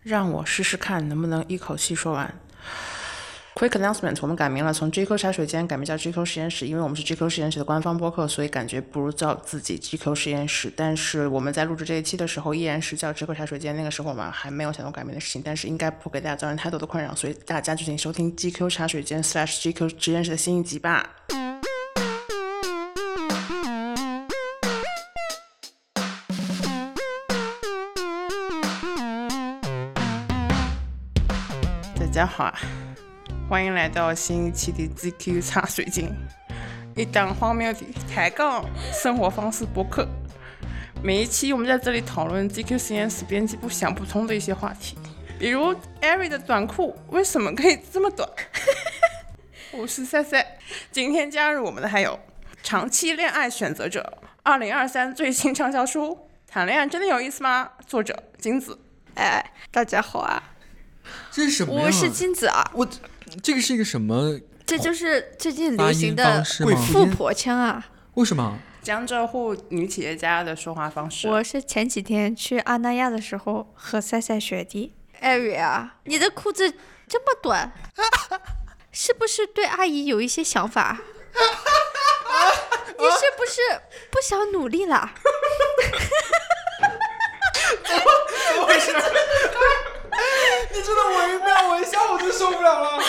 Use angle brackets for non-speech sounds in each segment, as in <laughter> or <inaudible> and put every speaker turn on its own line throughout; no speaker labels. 让我试试看能不能一口气说完。Quick announcement，我们改名了，从 GQ 茶水间改名叫 GQ 实验室，因为我们是 GQ 实验室的官方播客，所以感觉不如叫自己 GQ 实验室。但是我们在录制这一期的时候，依然是叫 GQ 茶水间。那个时候我们还没有想到改名的事情，但是应该不给大家造成太多的困扰，所以大家就请收听 GQ 茶水间 slash GQ 实验室的新一集吧。大家好啊，欢迎来到新一期的 GQ 茶水间，一档荒谬的抬杠生活方式博客。每一期我们在这里讨论 GQ 实验室编辑部想不通的一些话题，比如艾瑞的短裤为什么可以这么短？我是赛赛， <laughs> 今天加入我们的还有长期恋爱选择者，二零二三最新畅销书《谈恋爱真的有意思吗》，作者金子。
哎，大家好啊，
这是什么呀？
我是金子啊，
我这个是一个什么？
这就是最近
发
流
音
行的
方式吗
富婆腔啊。
哦为什么？
江浙沪女企业家的说话方式。
我是前几天去阿那亚的时候和赛赛学的。艾瑞啊，你的裤子这么短， <laughs> 是不是对阿姨有一些想法？ <laughs> 你是不是不想努力了？
你真的我一秒我一下我就受不了了。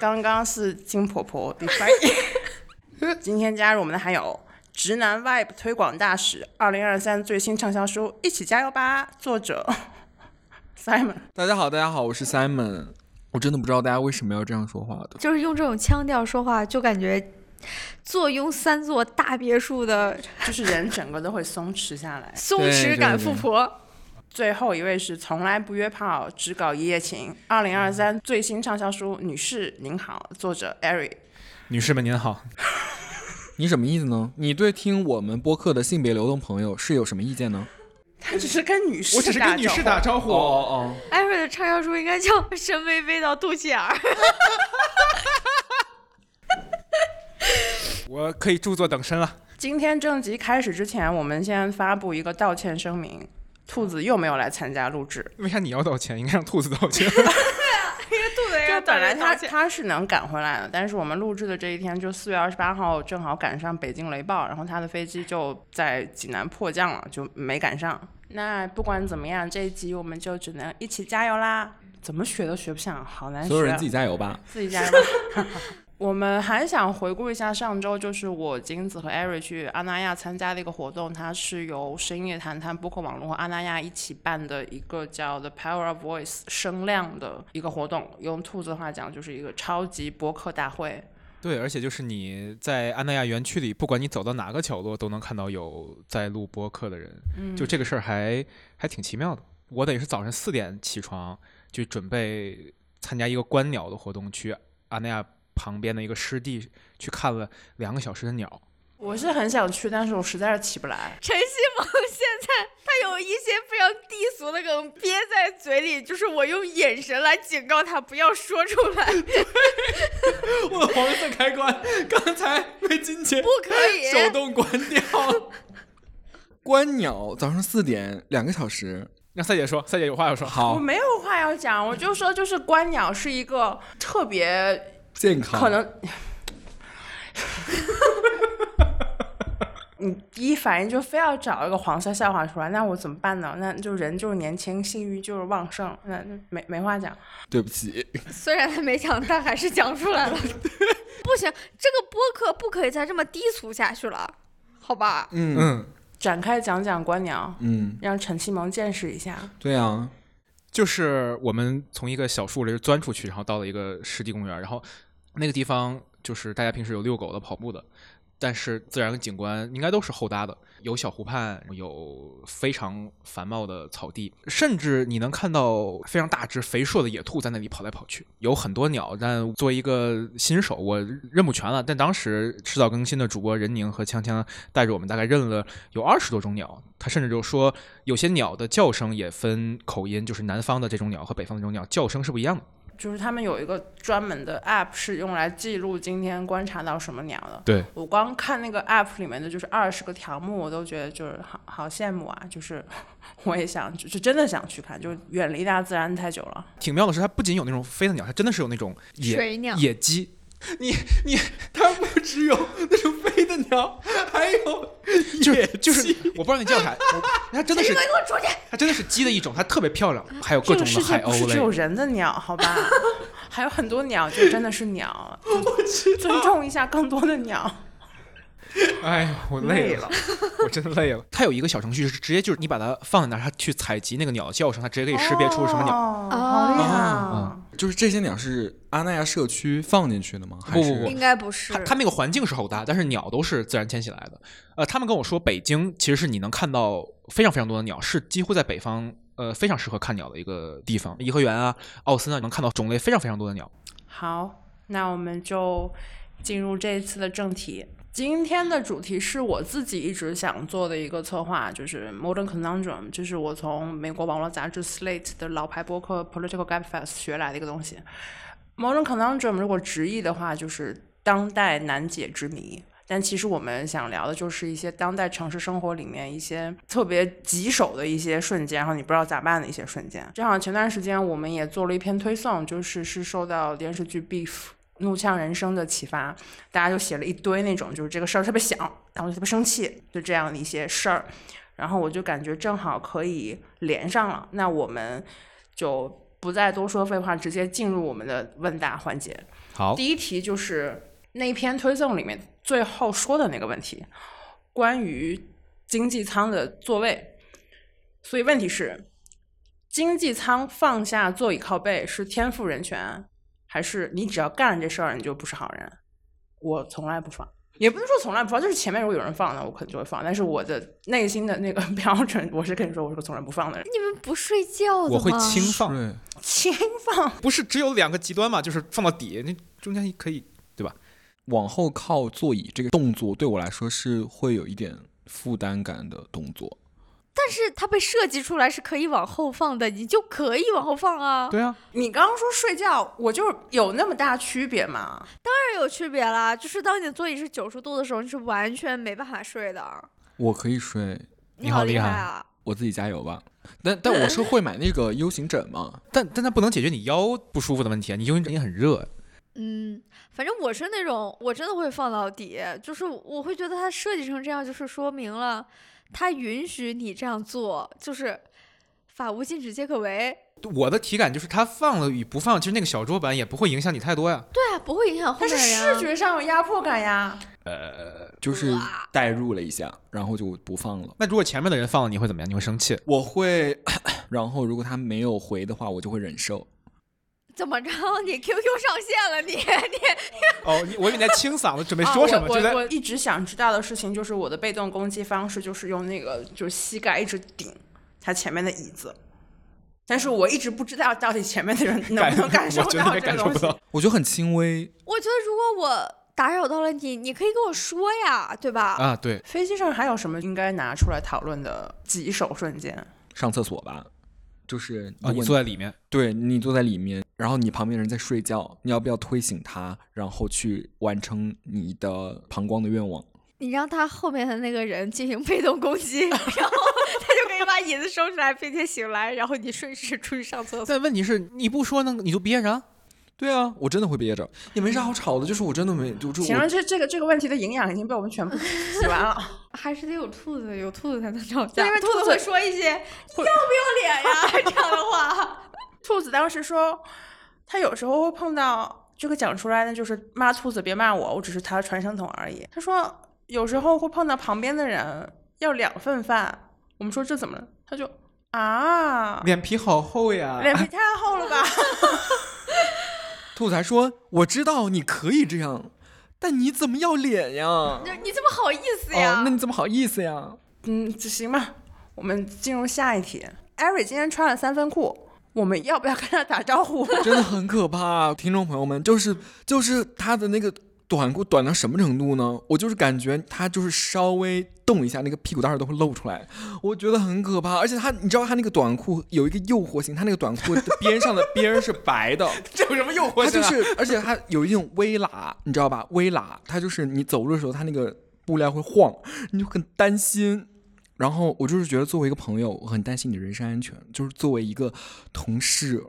刚刚是金婆婆的翻译。
<laughs>
今天加入我们的还有直男 Vibe 推广大使，二零二三最新畅销书《一起加油吧》，作者 <laughs> Simon。
大家好，大家好，我是 Simon。我真的不知道大家为什么要这样说话的。
就是用这种腔调说话，就感觉坐拥三座大别墅的
就是人整个都会松弛下来。
松
对
弛
对
感
对
富婆。
最后一位是从来不约炮，只搞一夜情，二零二三最新畅销书《女士您好》，作者 Ari。
女士们您好，
<laughs> 你什么意思呢？你对听我们播客的性别流动朋友是有什么意见呢？
他只是跟女士，
我只是跟女士打。招呼。
哦
艾瑞的畅销书应该叫《深微微到肚脐眼儿》。
我可以著作等身了。
今天正集开始之前，我们先发布一个道歉声明：兔子又没有来参加录制，
为啥你要道歉？应该让兔子道 <laughs> 歉。
肚子
就本来他他是能赶回来的，但是我们录制的这一天就四月二十八号，正好赶上北京雷暴，然后他的飞机就在济南迫降了，就没赶上。那不管怎么样，这一集我们就只能一起加油啦！怎么学都学不像，好难学啊。
所有人自己加油吧。
自己加油吧。 <laughs> 我们还想回顾一下上周，就是我金子和艾瑞去阿那亚参加的一个活动，它是由深夜谈谈播客网络和阿那亚一起办的一个叫 The Power of Voice 声量的一个活动。用兔子的话讲，就是一个超级播客大会。
对，而且就是你在安那亚园区里，不管你走到哪个角落，都能看到有在录播客的人。就这个事儿还还挺奇妙的。我等于是早上四点起床，就准备参加一个观鸟的活动，去安那亚旁边的一个湿地去看了两个小时的鸟。
我是很想去，但是我实在是起不来。
陈希萌现在他有一些非常低俗的梗憋在嘴里，就是我用眼神来警告他不要说出来，
<laughs> 我的黄色开关刚才被金姐
不可以。
动关掉。 <laughs> 观鸟，早上四点，两个小时。
让赛姐说，赛姐有话要说。
我
好，
没有话要讲，我就说就是观鸟是一个特别
健康。
可能。你第一反应就非要找一个黄色笑话出来，那我怎么办呢？那就人就是年轻，性欲就是旺盛，那就没没话讲。
对不起，
虽然他没讲，但还是讲出
<laughs>
来了。不行，这个播客不可以再这么低俗下去了，好吧？
嗯
嗯，
展开讲讲观鸟，
嗯，
让陈启蒙见识一下。
对啊，
就是我们从一个小树林钻出去，然后到了一个湿地公园，然后那个地方就是大家平时有遛狗的、跑步的，但是自然景观应该都是后搭的，有小湖畔，有非常繁茂的草地，甚至你能看到非常大只、肥硕的野兔在那里跑来跑去，有很多鸟。但作为一个新手，我认不全了。但当时迟早更新的主播任宁和锵锵带着我们大概认了有二十多种鸟，他甚至就说有些鸟的叫声也分口音，就是南方的这种鸟和北方的这种鸟叫声是不一样的。
就是他们有一个专门的 app 是用来记录今天观察到什么鸟的。
对，
我光看那个 app 里面的就是二十个条目，我都觉得就是好好羡慕啊！就是 <laughs> 我也想，就就真的想去看，就是远离大自然太久了。
挺妙的是，它不仅有那种飞的鸟，它真的是有那种野
水鸟，
野鸡。 <laughs> 你你，它不只有那种飞的鸟，还有就是就是，我不知道你叫啥，我它真的是
给我出去！
它真的是鸡的一种，它特别漂亮，还有
这
各
个
种
世
的
界
海
不
鸥
是只有
类。
人的鸟，好
<laughs>
吧？还有很多鸟，就真的是鸟，尊重一下更多的鸟。
哎呀，我累了， <laughs> 我真的累了。它有一个小程序是直接就是你把它放在那儿，它去采集那个鸟的叫声，它直接可以识别出是什么鸟。嗯
哦
哦
好厉害
啊
啊！
就是这些鸟是阿那亚社区放进去的吗？还
不
是
不不
应该不是
它，它那个环境是好大，但是鸟都是自然迁徙来的。呃，他们跟我说，北京其实是你能看到非常非常多的鸟，是几乎在北方呃非常适合看鸟的一个地方。颐和园啊、奥森啊，你能看到种类非常非常多的鸟。
好，那我们就进入这一次的正题。今天的主题是我自己一直想做的一个策划，就是《Modern Conundrum》，这是我从美国网络杂志《Slate》的老牌博客《Political Gabfest》学来的一个东西。Modern Conundrum 如果直译的话，就是当代难解之谜。但其实我们想聊的就是一些当代城市生活里面一些特别棘手的一些瞬间，然后你不知道咋办的一些瞬间。正好前段时间我们也做了一篇推送，就是是受到电视剧《Beef》。怒呛人生的启发，大家就写了一堆那种，就是这个事儿特别响，然后就特别生气，就这样的一些事儿。然后我就感觉正好可以连上了，那我们就不再多说废话，直接进入我们的问答环节。
好，
第一题就是那篇推送里面最后说的那个问题，关于经济舱的座位。所以问题是，经济舱放下座椅靠背是天赋人权，还是你只要干了这事儿你就不是好人？我从来不放，也不能说从来不放，就是前面如果有人放呢，我可能就会放。但是我的内心的那个 <laughs> 标准，我是跟你说，我是个从来不放的人。
你们不睡觉的吗？
我会轻放，
对，
轻放，
不是只有两个极端嘛，就是放到底，那中间可以
往后靠座椅这个动作对我来说是会有一点负担感的动作。
但是它被设计出来是可以往后放的，你就可以往后放啊，
<laughs>
对啊，
你刚刚说睡觉，我就是有那么大区别吗？
当然有区别啦。就是当你的座椅是九十度的时候，你是完全没办法睡的。
我可以睡，
你好
好
厉
害
害
啊！
我自己加油吧。但但我是会买那个 U 型枕嘛，
但但它不能解决你腰不舒服的问题啊，你因为你很热。
嗯，反正我是那种我真的会放到底，就是我会觉得它设计成这样，就是说明了它允许你这样做，就是法无禁止皆可为。
我的体感就是它放了与不放，其实那个小桌板也不会影响你太多呀。
对啊，不会影响后
但
面
是
的人
视
啊、
觉上有压迫感呀。
就是代入了一下，然后就不放了。
那如果前面的人放了，你会怎么样？你会生气？
我会， <clears throat> 然后如果他没有回的话，我就会忍受。
怎么着？你 QQ 上线了你？ <laughs>
哦，你我以为你在清嗓子，准备
啊
说什么，
我
就在
我我一直想知道的事情就是我的被动攻击方式就是用那个就是膝盖一直顶他前面的椅子，但是我一直不知道到底前面的人能不能感受
我觉得应
到
该
这个
<laughs> 感受
东
不
西。
到。
我就很轻微，
我觉得如果我打扰到了你，你可以跟我说呀，对吧？
啊，对，
飞机上还有什么应该拿出来讨论的棘手瞬间？
上厕所吧，就是如
啊，你
果
坐在里面，
对你坐在里面，然后你旁边人在睡觉，你要不要推醒他，然后去完成你的膀胱的愿望？
你让他后面的那个人进行被动攻击， <laughs> 然后他就可以把椅子收起来，并且醒来，然后你顺势出去上厕所。
但问题是，你不说呢，你就憋着啊。
对啊，我真的会憋着，也没啥好吵的，就是我真的没，就就
行啊了，
我
这这个这个问题的营养已经被我们全部洗完了。 <laughs>
还是得有兔子，有兔子才能吵架。
因为
兔
兔子
会说一些“你要 <laughs> 不要脸呀”这样的话。
兔子当时说，他有时候会碰到这个讲出来呢，就是骂兔子别骂我，我只是他的传声筒而已。他说有时候会碰到旁边的人要两份饭，我们说这怎么了？他就啊，
脸皮好厚呀
脸皮太厚了吧？
<laughs>
兔子还说，我知道你可以这样，但你怎么要脸呀？哦，
你怎么好意思呀？
哦
那你怎么好意思呀？ <laughs>
嗯，这行吧，我们进入下一题。艾瑞今天穿了三分裤，我们要不要跟他打招呼？
啊真的很可怕，听众朋友们，就是就是他的那个短裤短到什么程度呢？我就是感觉他就是稍微动一下，那个屁股蛋儿都会露出来，我觉得很可怕。而且他，你知道他那个短裤有一个诱惑性，他那个短裤的边上的边儿是白的，
<laughs> 这有什么诱惑
它
性
就
啊？
是，而且它有一种微喇，你知道吧？微喇，它就是你走路的时候，它那个布料会晃，你就很担心。然后我就是觉得，作为一个朋友，我很担心你的人身安全；就是作为一个同事，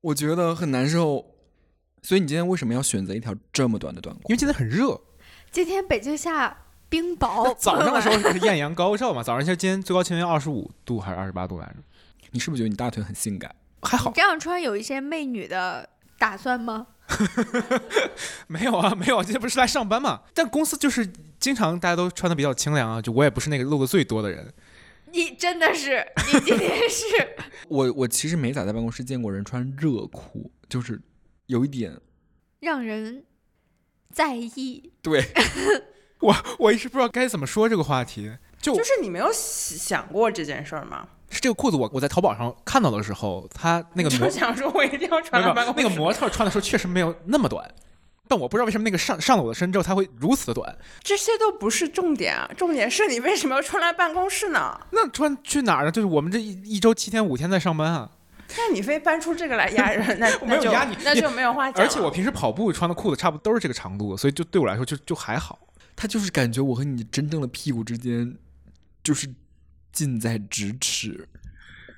我觉得很难受。所以你今天为什么要选择一条这么短的短裤？
因为今天很热，
今天北京下冰
哦
雹，
早上的时
候
候是艳阳高
<laughs>
照嘛，早上像今天最高气温二十五度还是二十八度来着？
你是不是觉得你大腿很性感？
还
<laughs>
好
你这样穿有一些媚女的打算吗？
没有啊，没 <laughs> 有啊，今天不是来上班嘛？但公司就是经常大家都穿的比较清凉啊，就我也不是那个露的最多的人。
你真的是，你今天是
我我其实没咋在办公室见过人穿热裤，就是有一点
让人在意，
对。
我我一直不知道该怎么说这个话题。就
就是你没有想过这件事儿吗？
是这个裤子我，我在淘宝上看到的时候，它那个
你
模
就想说我一定要
没
穿
有
到
没
办
有
公
那
室
个模特穿的时候确实没有那么短，但我不知道为什么那个上上了我的身之后它会如此的短。
这些都不是重点啊，重点是你为什么要穿来办公室
<laughs>
呢？
那穿去哪儿呢？就是我们这一一周七天五天在上班啊，
那你非搬出这个来压
<laughs>
人，那
我
那
没有
就
压你
那
你
就没有话讲了。
而且我平时跑步穿的裤子差不多都是这个长度，所以就对我来说就就还好。
他就是感觉我和你真正的屁股之间就是近在咫尺，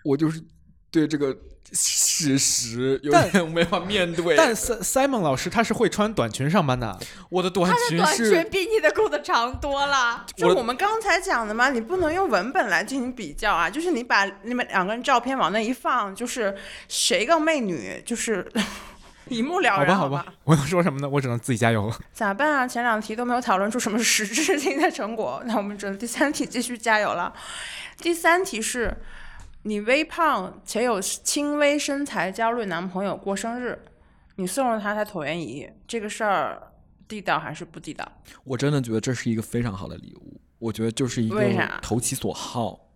我就是对这个事实有
但
点没法面对。
但 Si- Simon 老师他是会穿短裙上班的，
我的短
她的
裙
短裙
是，
比你的裤子长多了。
就
我
我们刚才讲的嘛，你不能用文本来进行比较啊，就是你把你们两个人照片往那一放，就是谁更媚女，就是 <laughs> 一目啊了然。好
好吧哦好 <laughs> 吧，我能说什么呢？我只能自己加油了。
咋办啊？前两题都没有讨论出什么实质性的成果， <laughs> 那我们只能第三题继续加油了。第三题是，你微胖且有轻微身材焦虑男朋友过生日，你送了他他椭圆仪，这个事儿地道还是不地道？
我真的觉得这是一个非常好的礼物。我觉得就是一
为啥
个投其所好。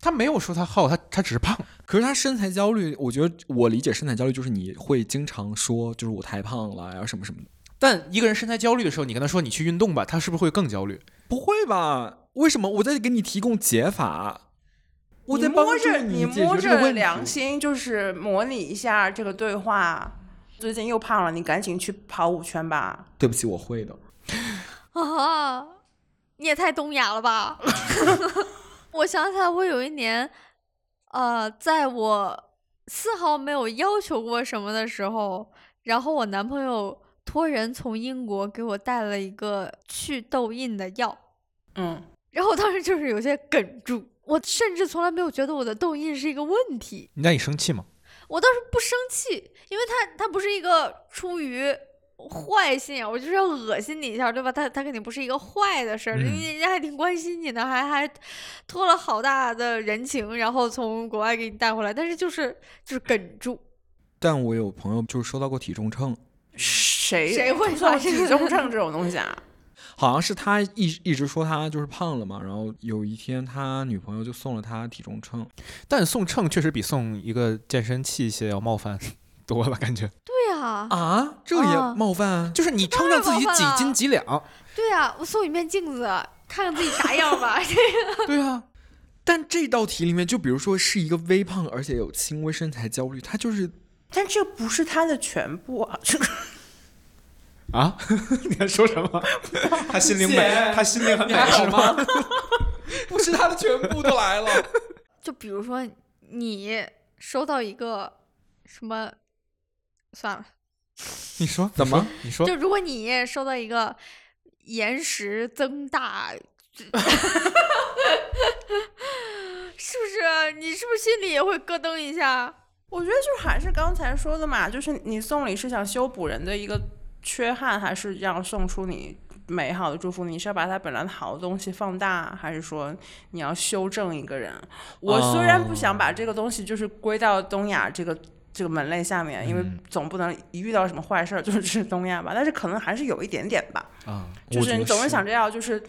他没有说他好，他他只是胖。
可是他身材焦虑，我觉得我理解身材焦虑就是你会经常说，就是我太胖了，然后什么什么的。
但一个人身材焦虑的时候，你跟他说你去运动吧，他是不是会更焦虑？
不会吧？为什么我在给你提供解法？我在
你
帮
摸
助
着你
解
摸
决这个
着
问题。
良心，就是模拟一下这个对话。最近又胖了，你赶紧去跑五圈吧。
对不起，我会的。
<laughs> 啊，你也太东亚了吧！ <laughs> 我想起来，我有一年，呃，在我丝毫没有要求过什么的时候，然后我男朋友托人从英国给我带了一个祛痘印的药，
嗯，
然后我当时就是有些哽住，我甚至从来没有觉得我的痘印是一个问题，
那你生气吗？
我倒是不生气，因为他他不是一个出于坏心眼，我就是要恶心你一下，对吧？他他肯定不是一个坏的事儿，人
嗯
家人家还挺关心你呢，还还托了好大的人情，然后从国外给你带回来，但是就是就是哽住，
但我有朋友就是收到过体重秤，
谁
谁会
做
把这
体
个
重秤这种东西啊？
好像是他一一直说他就是胖了嘛，然后有一天他女朋友就送了他体重秤，
但送秤确实比送一个健身器械要冒犯 <laughs> 多了，感觉
对呀、
啊，这
啊
也冒犯？
哦
就是你称称自己几斤几两，
<laughs>
对呀、我送一面镜子，看看自己啥样吧。 <laughs>
对啊，
但这道题里面，就比如说是一个微胖而且有轻微身材焦虑，他就是
但这不是他的全部啊！
啊， <laughs> 你还说什么？他心灵
姐
美，他心灵很美是吗？
吗？不是他的全部都
<laughs>
来了，
就比如说你收到一个什么，算了。
<laughs> 你说
怎么？
你说
就如果你收到一个延时增大，
<laughs>
是不是？你是不是心里也会咯噔一下？
我觉得就是还是刚才说的嘛，就是你送礼是想修补人的一个缺憾，还是要送出你美好的祝福？你是要把他本来的好的东西放大，还是说你要修正一个人？我虽然不想把这个东西就是归到东亚这个。这个门类下面，因为总不能一遇到什么坏事儿就是吃东亚吧，但是可能还是有一点点吧。
啊，
就
我觉
是
得
你总是
是
想着要就是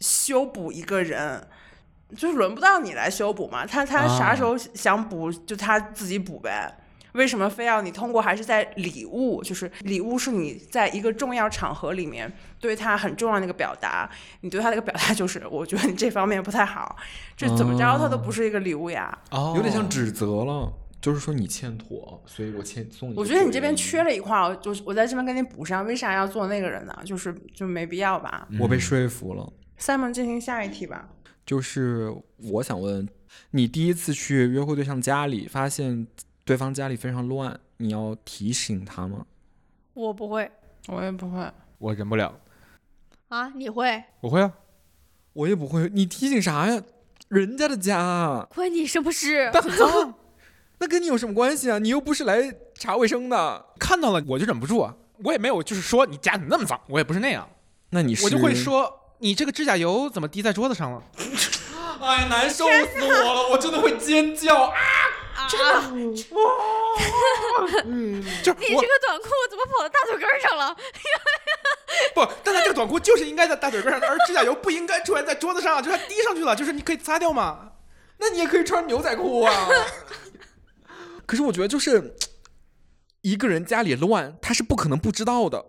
修补一个人，
啊
就是轮不到你来修补嘛，他他啥时候想补就他自己补呗。为什么非要你通过还是在礼物？就是礼物是你在一个重要场合里面对他很重要的一个表达，你对他的一个表达就是我觉得你这方面不太好，这怎么着他都不是一个礼物呀。
哦
有点像指责了，就是说你欠妥，所以我欠送你一个
哦我
回
觉
礼。
得你这边缺了一块儿，我就是我在这边给你补上，为啥要做那个人呢？就是就没必要吧。
我被说服了。
Simon 进行下一题吧。
就是我想问，你第一次去约会对象家里，发现对方家里非常乱，你要提醒他吗？
我不会
我也不会，
我忍不了，
啊，你会？
我会啊，
我也不会，你提醒啥呀？人家的家，
关你什么事？
啊
但很脏，那跟你有什么关系啊？你又不是来查卫生的。
<laughs> 看到了我就忍不住啊，我也没有就是说你家怎么那么脏，我也不是那样，
那你是
我就会，说你这个指甲油怎么滴在桌子上了？
<laughs> 哎，难受死我了，我真的会尖叫。啊
啊
<laughs> 就是
你这
我
个短裤怎么跑到大腿根儿上了？
不，但他这个短裤就是应该在大腿根上，而指甲油不应该出现在桌子上，就是它滴上去了，就是你可以擦掉嘛。
那你也可以穿牛仔裤 <laughs> 啊。可是我觉得就是一个人家里乱，他是不可能不知道的。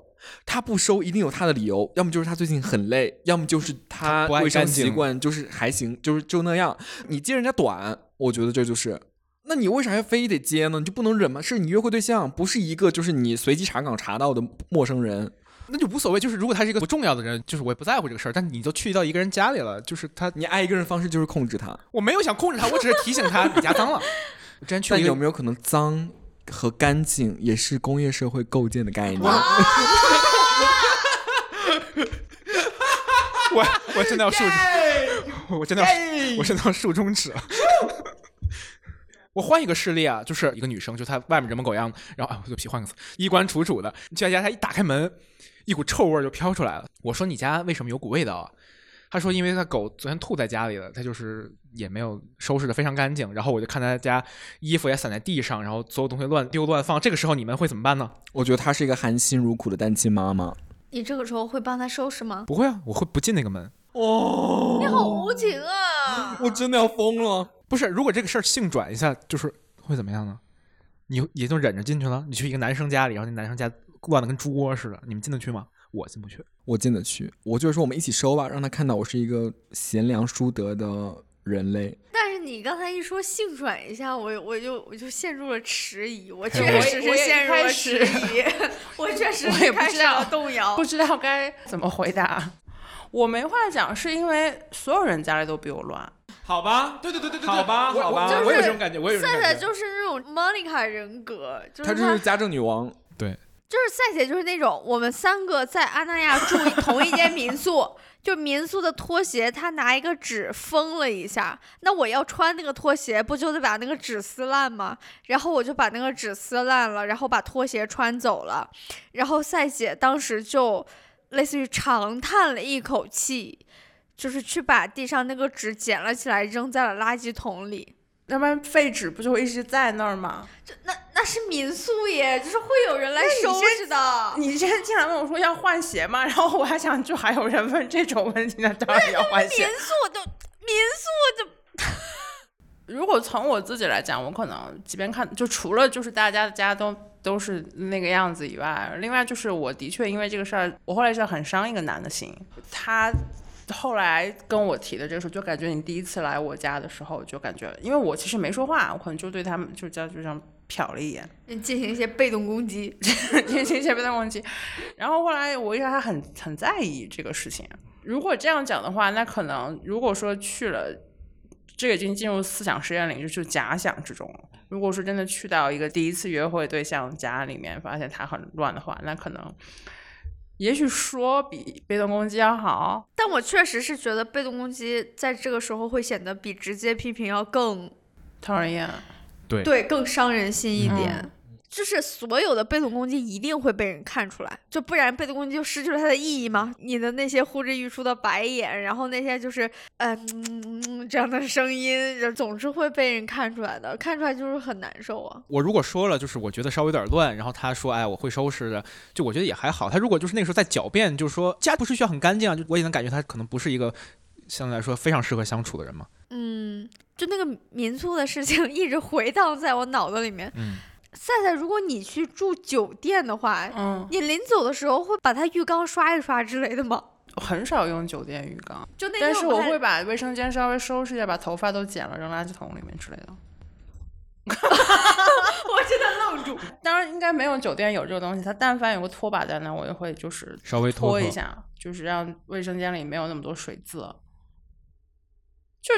他不收一定有他的理由，要么就是他最近很累，要么就是他
他不爱
卫生
干净
习惯就是还行，就是就那样。你揭人家短，我觉得这就是。那你为啥要非得揭呢？你就不能忍吗？是你约会对象，不是一个就是你随机查岗查到的陌生人。
那就无所谓，就是如果他是一个不重要的人，就是我也不在乎这个事儿。但你都去到一个人家里了，就是他，
你爱一个人的方式就是控制他。
我没有想控制他，我只是提醒他你家脏了。我之前去
但
了一
有
个，
没有可能脏和干净也是工业社会构建的概念？
我我真的要竖，我真的要，
哎嗯
我真的要竖中指了。 <laughs> 我换一个事例啊，就是一个女生，就她外面人模狗样，然后啊，对不起，换个词，衣冠楚楚的。你去她家，她一打开门，一股臭味儿就飘出来了。我说你家为什么有股味道啊？她说因为她狗昨天吐在家里了，她就是也没有收拾的非常干净。然后我就看她家衣服也散在地上，然后所有东西乱丢乱放。这个时候你们会怎么办呢？
我觉得她是一个含辛茹苦的单亲妈妈。
你这个时候会帮他收拾吗？
不会啊，我会不进那个门。
哦，
你好无情啊！<laughs>
<laughs> 我真的要疯了。
不是，如果这个事儿性转一下，就是会怎么样呢？你也就忍着进去了。你去一个男生家里，然后那男生家乱的跟猪窝似的，你们进得去吗？我进不去。
我进得去，我就是说我们一起收吧，让她看到我是一个贤良淑德的人类。
但是你刚才一说性转一下，我我就我就陷入了迟疑，我
我
确
也
实
哎我
是
也一
陷入
开
了
始
迟疑， <laughs> 我确实
我
是
也不
开
知
始了
道
动摇
不。知道该怎么回答。我没话讲，是因为所有人家里都比我乱。
好吧，对对对对对，好吧
好吧
我有这种
感觉，我有
赛赛就是那种 Monica 人格，就是
她就
她
是家政女
<laughs>
王，
就是赛姐就是那种我们三个在阿那亚住一同一间民宿，就民宿的拖鞋，她拿一个纸封了一下，那我要穿那个拖鞋，不就得把那个纸撕烂吗？然后我就把那个纸撕烂了，然后把拖鞋穿走了，然后赛姐当时就类似于长叹了一口气，就是去把地上那个纸捡了起来，扔在了垃圾桶里。
要不然废纸不就会一直在那儿吗？
那那是民宿耶，就是会有人来收拾的。
你之前进来问我说要换鞋吗？然后我还想，就还有人问这种问题，那当然要换鞋
民。宿都民宿就
如果从我自己来讲，我可能即便看，就除了就是大家的家都都是那个样子以外，另外就是我的确因为这个事儿，我后来是很伤一个男的心。他后来跟我提的这个时候，就感觉你第一次来我家的时候，就感觉，因为我其实没说话，我可能就对他们就这样就这样瞟了一眼，
进行一些被动攻击。
天津前面的忘记。然后后来我意识到他很很在意这个事情。啊如果这样讲的话，那可能如果说去了，这已经进入思想实验领域，就是假想之中了。如果说真的去到一个第一次约会对象家里面，发现他很乱的话，那可能也许说比被动攻击要好。
但我确实是觉得被动攻击在这个时候会显得比直接批评要更
讨人厌，啊
对
对更伤人心一点。
嗯
就是所有的被动攻击一定会被人看出来，就不然被动攻击就失去了它的意义嘛。你的那些呼之欲出的白眼，然后那些就是呃嗯嗯这样的声音，就总是会被人看出来的，看出来就是很难受啊。
我如果说了，就是我觉得稍微有点乱，然后他说，哎，我会收拾的，就我觉得也还好。他如果就是那个时候在狡辩，就是说家不是需要很干净啊，就我也能感觉他可能不是一个相对来说非常适合相处的人嘛。
<laughs> 嗯，就那个民宿的事情一直回荡在我脑子里面。
嗯，
赛赛，如果你去住酒店的话，
嗯，
你临走的时候会把它浴缸刷一刷之类的吗？
我很少用酒店浴缸，
<laughs> 就那
但
天
是我
不太
会把卫生间稍微收拾一下，把头发都剪了扔垃圾桶里面之类 <laughs> 的。
我真的愣住。
当然应该没有酒店有这个东西，它但凡有个拖把在那，我也会就是
稍微拖
拖一
拖
下，就是让卫生间里没有那么多水渍。就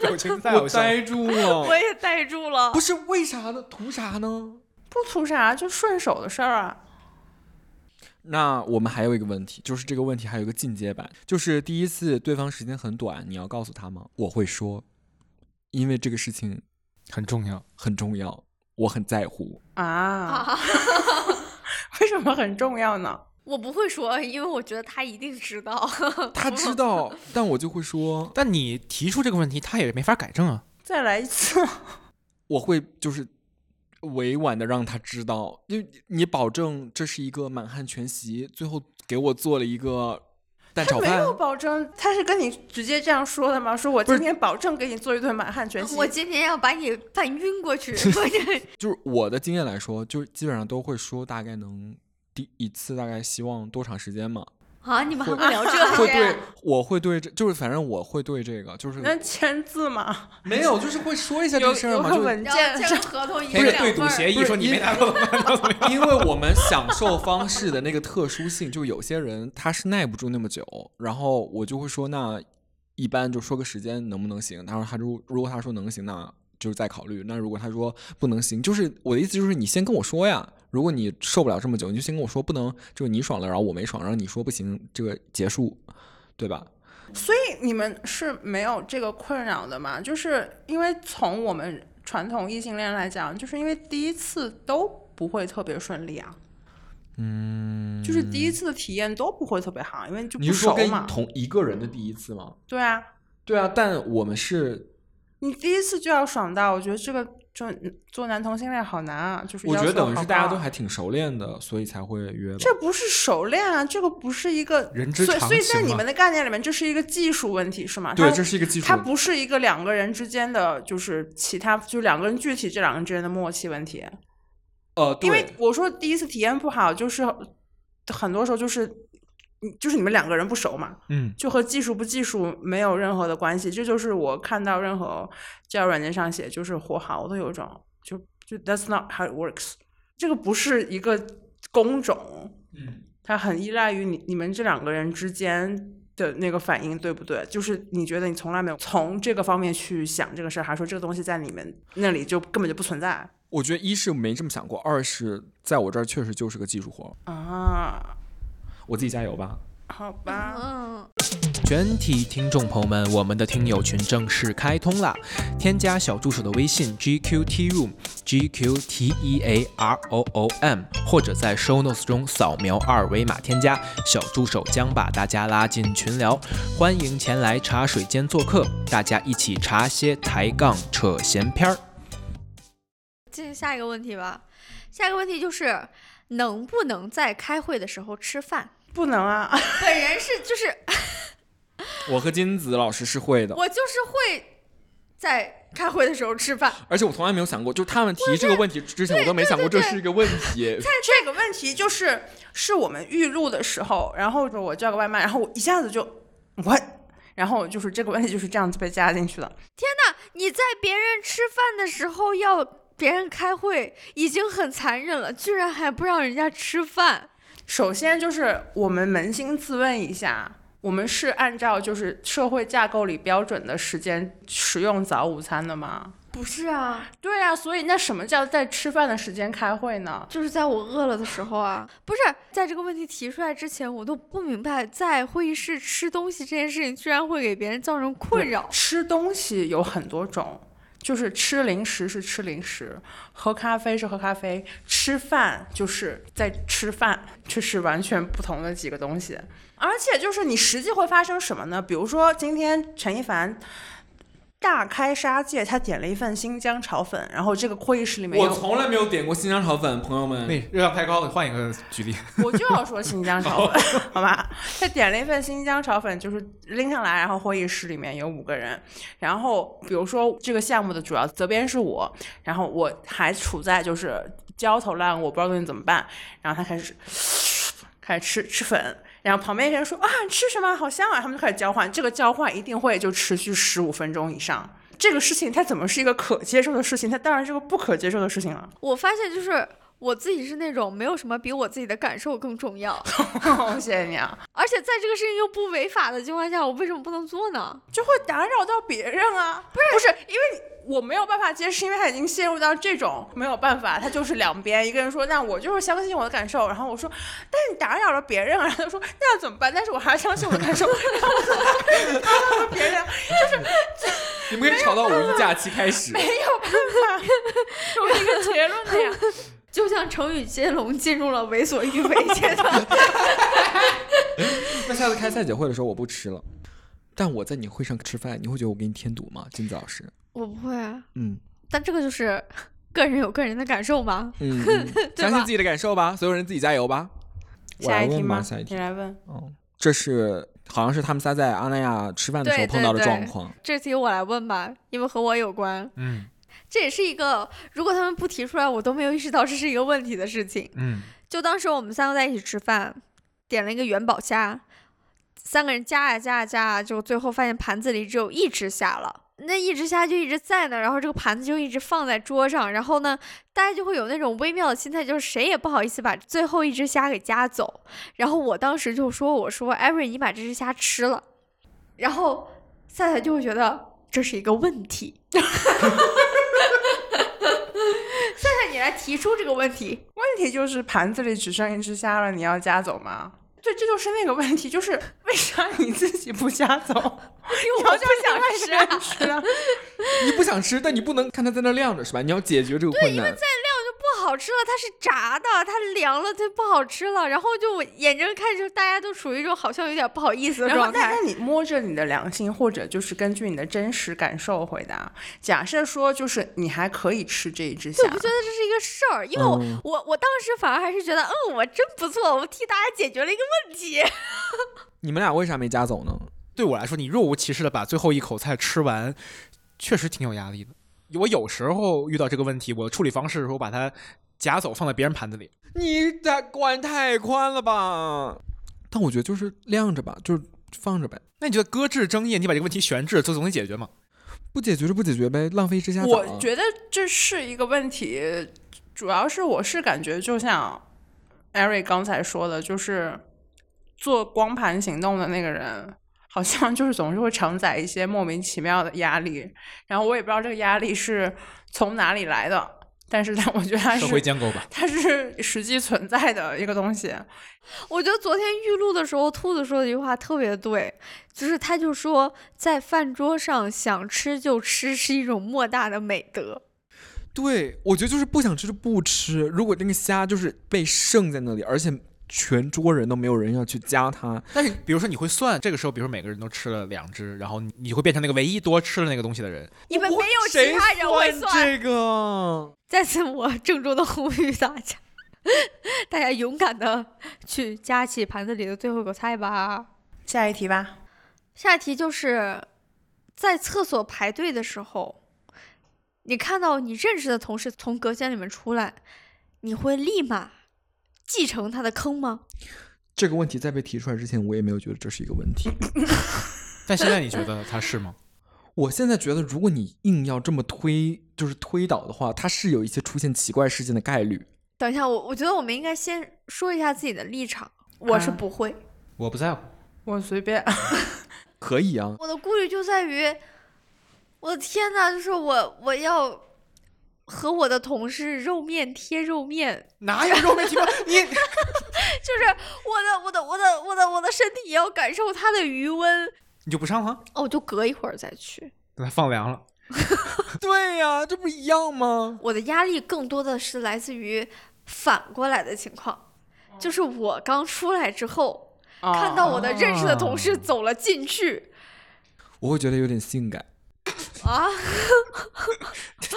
表情太
我
好笑了。
呆住了
我。也呆住了
不。是为啥呢？图啥呢？
不图啥，就顺手的事儿啊。
那我们还有一个问题，就是这个问题还有一个进阶版，就是第一次对方时间很短，你要告诉他吗？我会说，因为这个事情
很重要，
很重要，我很在
<laughs>
乎。
啊， <laughs>
啊，
为什么很重要呢？
我不会说，因为我觉得他一定知道。
他知道，但我就会说，
但你提出这个问题，他也没法改正啊。
再来一
<laughs>
次，
我会就是委婉的让他知道，因为你保证这是一个满汉全席，最后给我做了一个蛋炒
没
饭
有，保证，他是跟你直接这样说的吗？说我今天保证给你做一顿满汉全席。
我今天要把你半晕过去， <laughs> 我这
就是我的经验来说，就是基本上都会说大概能第一次大概希望多长时间嘛，
啊，你们还会聊这个？
会对，我会对这，就是反正我会对这个，就是
那签字吗？
没有，就是会说一下这
有
个事儿
有个
嘛，就是
文
然
件
后签个合同一
签
人
个
两
对
份
赌
儿。
协议，哎说你没
<laughs>
拿过，
因为我们享受方式的那个特殊性，就有些人他是耐不住那么久，然后我就会说，那一般就说个时间能不能行？他说他如如果他说能行，那就是再考虑；那如果他说不能行，就是我的意思就是你先跟我说呀。如果你受不了这么久，你就先跟我说，不能就是你爽了，然后我没爽，然后你说不行，这个结束，对吧？ <laughs>
所以你们是没有这个困扰的嘛？就是因为从我们传统异性恋来讲，就是因为第一次都不会特别顺利啊。嗯，就是第一次的体验都不会特别好，因为就
你
不
是说
熟
跟
嘛。
同一个人的第一次吗？
对啊，
对啊，但我们是，
你第一次就要爽到，我觉得这个就做男同性恋好难啊，就是
我觉
要
得
求
等于
好
是大家
高
都还挺熟练的，所以才会约吧。
这不是熟练啊，这个不是一个
人之
所以
常
所以在
情
你
嘛
们的概念里面，这是一个技术问题是吗？
对，
它
这是一个技术
它
问题。
不是一个两个人之间的，就是其他就两个人具体这两个人之间的默契问题。
呃，
因为
对
我说第一次体验不好，就是很多时候就是嗯就是你们两个人不熟嘛，
嗯，
就和技术不技术没有任何的关系。这就是我看到任何交友软件上写就是活好的有一种，就就 That's not how it works。这个不是一个工种，
嗯，
它很依赖于你你们这两个人之间的那个反应，对不对？就是你觉得你从来没有从这个方面去想这个事儿，还是说这个东西在你们那里就根本就不存在
我觉得一是没这么想过，二是在我这儿确实就是个技术活儿，
啊？
我自己加油吧。
好吧。
嗯，
全体听众朋友们，我们的听友群正式开通啦！添加小助手的微信 GQT Room G Q T E A R O O M，或者在 Show Notes 中扫描二维码添加，小助手将把大家拉进群聊，欢迎前来茶水间做客，大家一起茶歇抬杠扯闲篇儿。
进行下一个问题吧。下一个问题就是，能不能在开会的时候吃饭？
不能啊！
本人是就是
我和金子老师是会的，
我就是会在开会的时候吃饭。
而且我从来没有想过，就是他们提这个问题之前，我都没想过这是一个问
<laughs>
题。
这个问题就是是我们预录的时候，然后我叫个外卖，然后我一下子就我，然后就是这个问题就是这样子被加进去的。
你在别人吃饭的时候要别人开会，已经很残忍了，居然还不让人家吃饭。
首先就是我们扪心自问一下，我们是按照就是社会架构里标准的时间食用早午餐的吗？
不是啊，
对啊，所以那什么叫在吃饭的时间开会呢？
就是在我饿了的时候啊，不是在这个问题提出来之前，我都不明白，在会议室吃东西这件事情居然会给别人造成困扰。
吃东西有很多种，就是吃零食是吃零食，喝咖啡是喝咖啡，吃饭就是在吃饭，这是完全不同的几个东西。而且就是你实际会发生什么呢？比如说今天陈一凡大开杀戒，他点了一份新疆炒粉，然后这个会议室里面
我
有，
从来没有点过新疆炒粉，朋友们。
那热量太高，换一个举例。
我就要说新疆炒粉， <laughs> 好吧？他点了一份新疆炒粉，就是拎上来，然后会议室里面有五个人，然后比如说这个项目的主要责编是我，然后我还处在就是焦头烂额，我不知道东西怎么办，然后他开始开始吃吃粉。然后旁边一个人说啊，你吃什么？好香啊！他们就开始交换，这个交换一定会就持续十五分钟以上。这个事情它怎么是一个可接受的事情？它当然是个不可接受的事情了。 <laughs>
我发现就是我自己是那种没有什么比我自己的感受更重要，
谢谢你啊，
而且在这个事情又不违法的情况下，我为什么不能做呢？
就会打扰到别人啊。不是不是，因为你我没有办法接，是因为他已经陷入到这种没有办法，他就是两边一个人说，那我就是相信我的感受，然后我说，但你打扰了别人啊，然后他说 <laughs> 那怎么办？但是我还相信我的感受， <laughs> 然后我说打扰了别人，
你们可以吵到五一假期开
<laughs>
始。
没有办法有一个结论的呀。
就像成语接龙进入了为所欲为阶段，
那下次开赛姐会的时候我不吃了，但我在你会上吃饭，你会觉得我给你添堵吗？金子老师，
<laughs> 我不会啊。
嗯
但这个就是 <laughs> 个人有个人的感受嘛。
嗯，嗯相信自己的感受吧，所有人自己加油吧。我
下
来
一题
问吧，
吗？
下一
你
题，
来问。
嗯，这是好像是他们仨在阿那亚吃饭的时候
对
碰到的
对对
状况。
这题我来问吧，因为和我有关。
嗯
这也是一个，如果他们不提出来，我都没有意识到这是一个问题的事情。
嗯
就当时我们三个在一起吃饭，点了一个元宝虾，三个人夹啊夹啊夹啊，就最后发现盘子里只有一只虾了。那一只虾就一直在那儿，然后这个盘子就一直放在桌上，然后呢，大家就会有那种微妙的心态，就是谁也不好意思把最后一只虾给夹走。然后我当时就说：“我说艾瑞，你把这只虾吃了。”然后赛赛就会觉得这是一个问题。 <laughs> 赛赛，你来提出这个问题，
问题就是盘子里只剩一只虾了，你要夹走吗？对，这就是那个问题，就是为啥你自己不夹走？ <laughs>
<laughs>
你要就想让别人吃啊？
你不想吃，但你不能看它在那晾着是吧？你要解决这个困难。
不好吃了，它是炸的，它凉了，它不好吃了。然后就我眼睁看着大家都处于一种好像有点不好意思的
然后
状
那
态
那。你摸着你的良心，或者就是根据你的真实感受回答。假设说，就是你还可以吃这一只虾
对，我，不觉得这是一个事儿，因为我、
嗯
我我当时反而还是觉得，嗯，我真不错，我替大家解决了一个问题。
你们俩为啥没夹走呢？
对我来说，你若无其事的把最后一口菜吃完，确实挺有压力的。我有时候遇到这个问题，我的处理方式是我把它夹走放在别人盘子里。
你太管太宽了吧？但我觉得就是晾着吧，就是放着呗，
那你觉得搁置争议，你把这个问题悬置，就总得解决嘛？
不解决就不解决呗，浪费这下早啊
我觉得这是一个问题，主要是我是感觉，就像艾瑞刚才说的，就是做光盘行动的那个人，好像就是总是会承载一些莫名其妙的压力，然后我也不知道这个压力是从哪里来的，但是 <laughs> 他我觉得他
社会
是
建构吧。
它是实际存在的一个东西。
<laughs> 我觉得昨天预录的时候，兔子说的一句话特别对，就是他就说，在饭桌上想吃就吃是一种莫大的美德。
对，我觉得就是不想吃就不吃。如果那个虾就是被剩在那里，而且全桌人都没有人要去夹它，
但是比如说你会算，这个时候比如说每个人都吃了两只，然后你你会变成那个唯一多吃了那个东西的人。
你们
我
没有其他人会
谁
算
这个。
再次，我 <laughs> 郑重的呼吁大家， <laughs> 大家勇敢的去夹起盘子里的最后一口菜吧。
下一题吧，
下一题就是，在厕所排队的时候，你看到你认识的同事从隔间里面出来，你会立马继承他的坑吗？
这个问题在被提出来之前，我也没有觉得这是一个问题。
但现在你觉得他是吗？
我现在觉得，如果你硬要这么推，就是推导的话，它是有一些出现奇怪事件的概率。
等一下，我我觉得我们应该先说一下自己的立场。我是
啊
不会，
<laughs> 我不在乎。
我随便。
可以啊， <laughs>
我的顾虑就在于，我的天呐，就是我我要和我的同事肉面贴肉面，
哪有肉没提过你？
就是我的我的我的我的我的身体也要感受它的余温。
你就不上了？
哦，我就隔一会儿再去。
等它放凉了。 <laughs>
对呀、这不一样吗？
我的压力更多的是来自于反过来的情况，就是我刚出来之后，
哦 <laughs>
看到我的认识的同事走了进去，
我会觉得有点性感。
啊，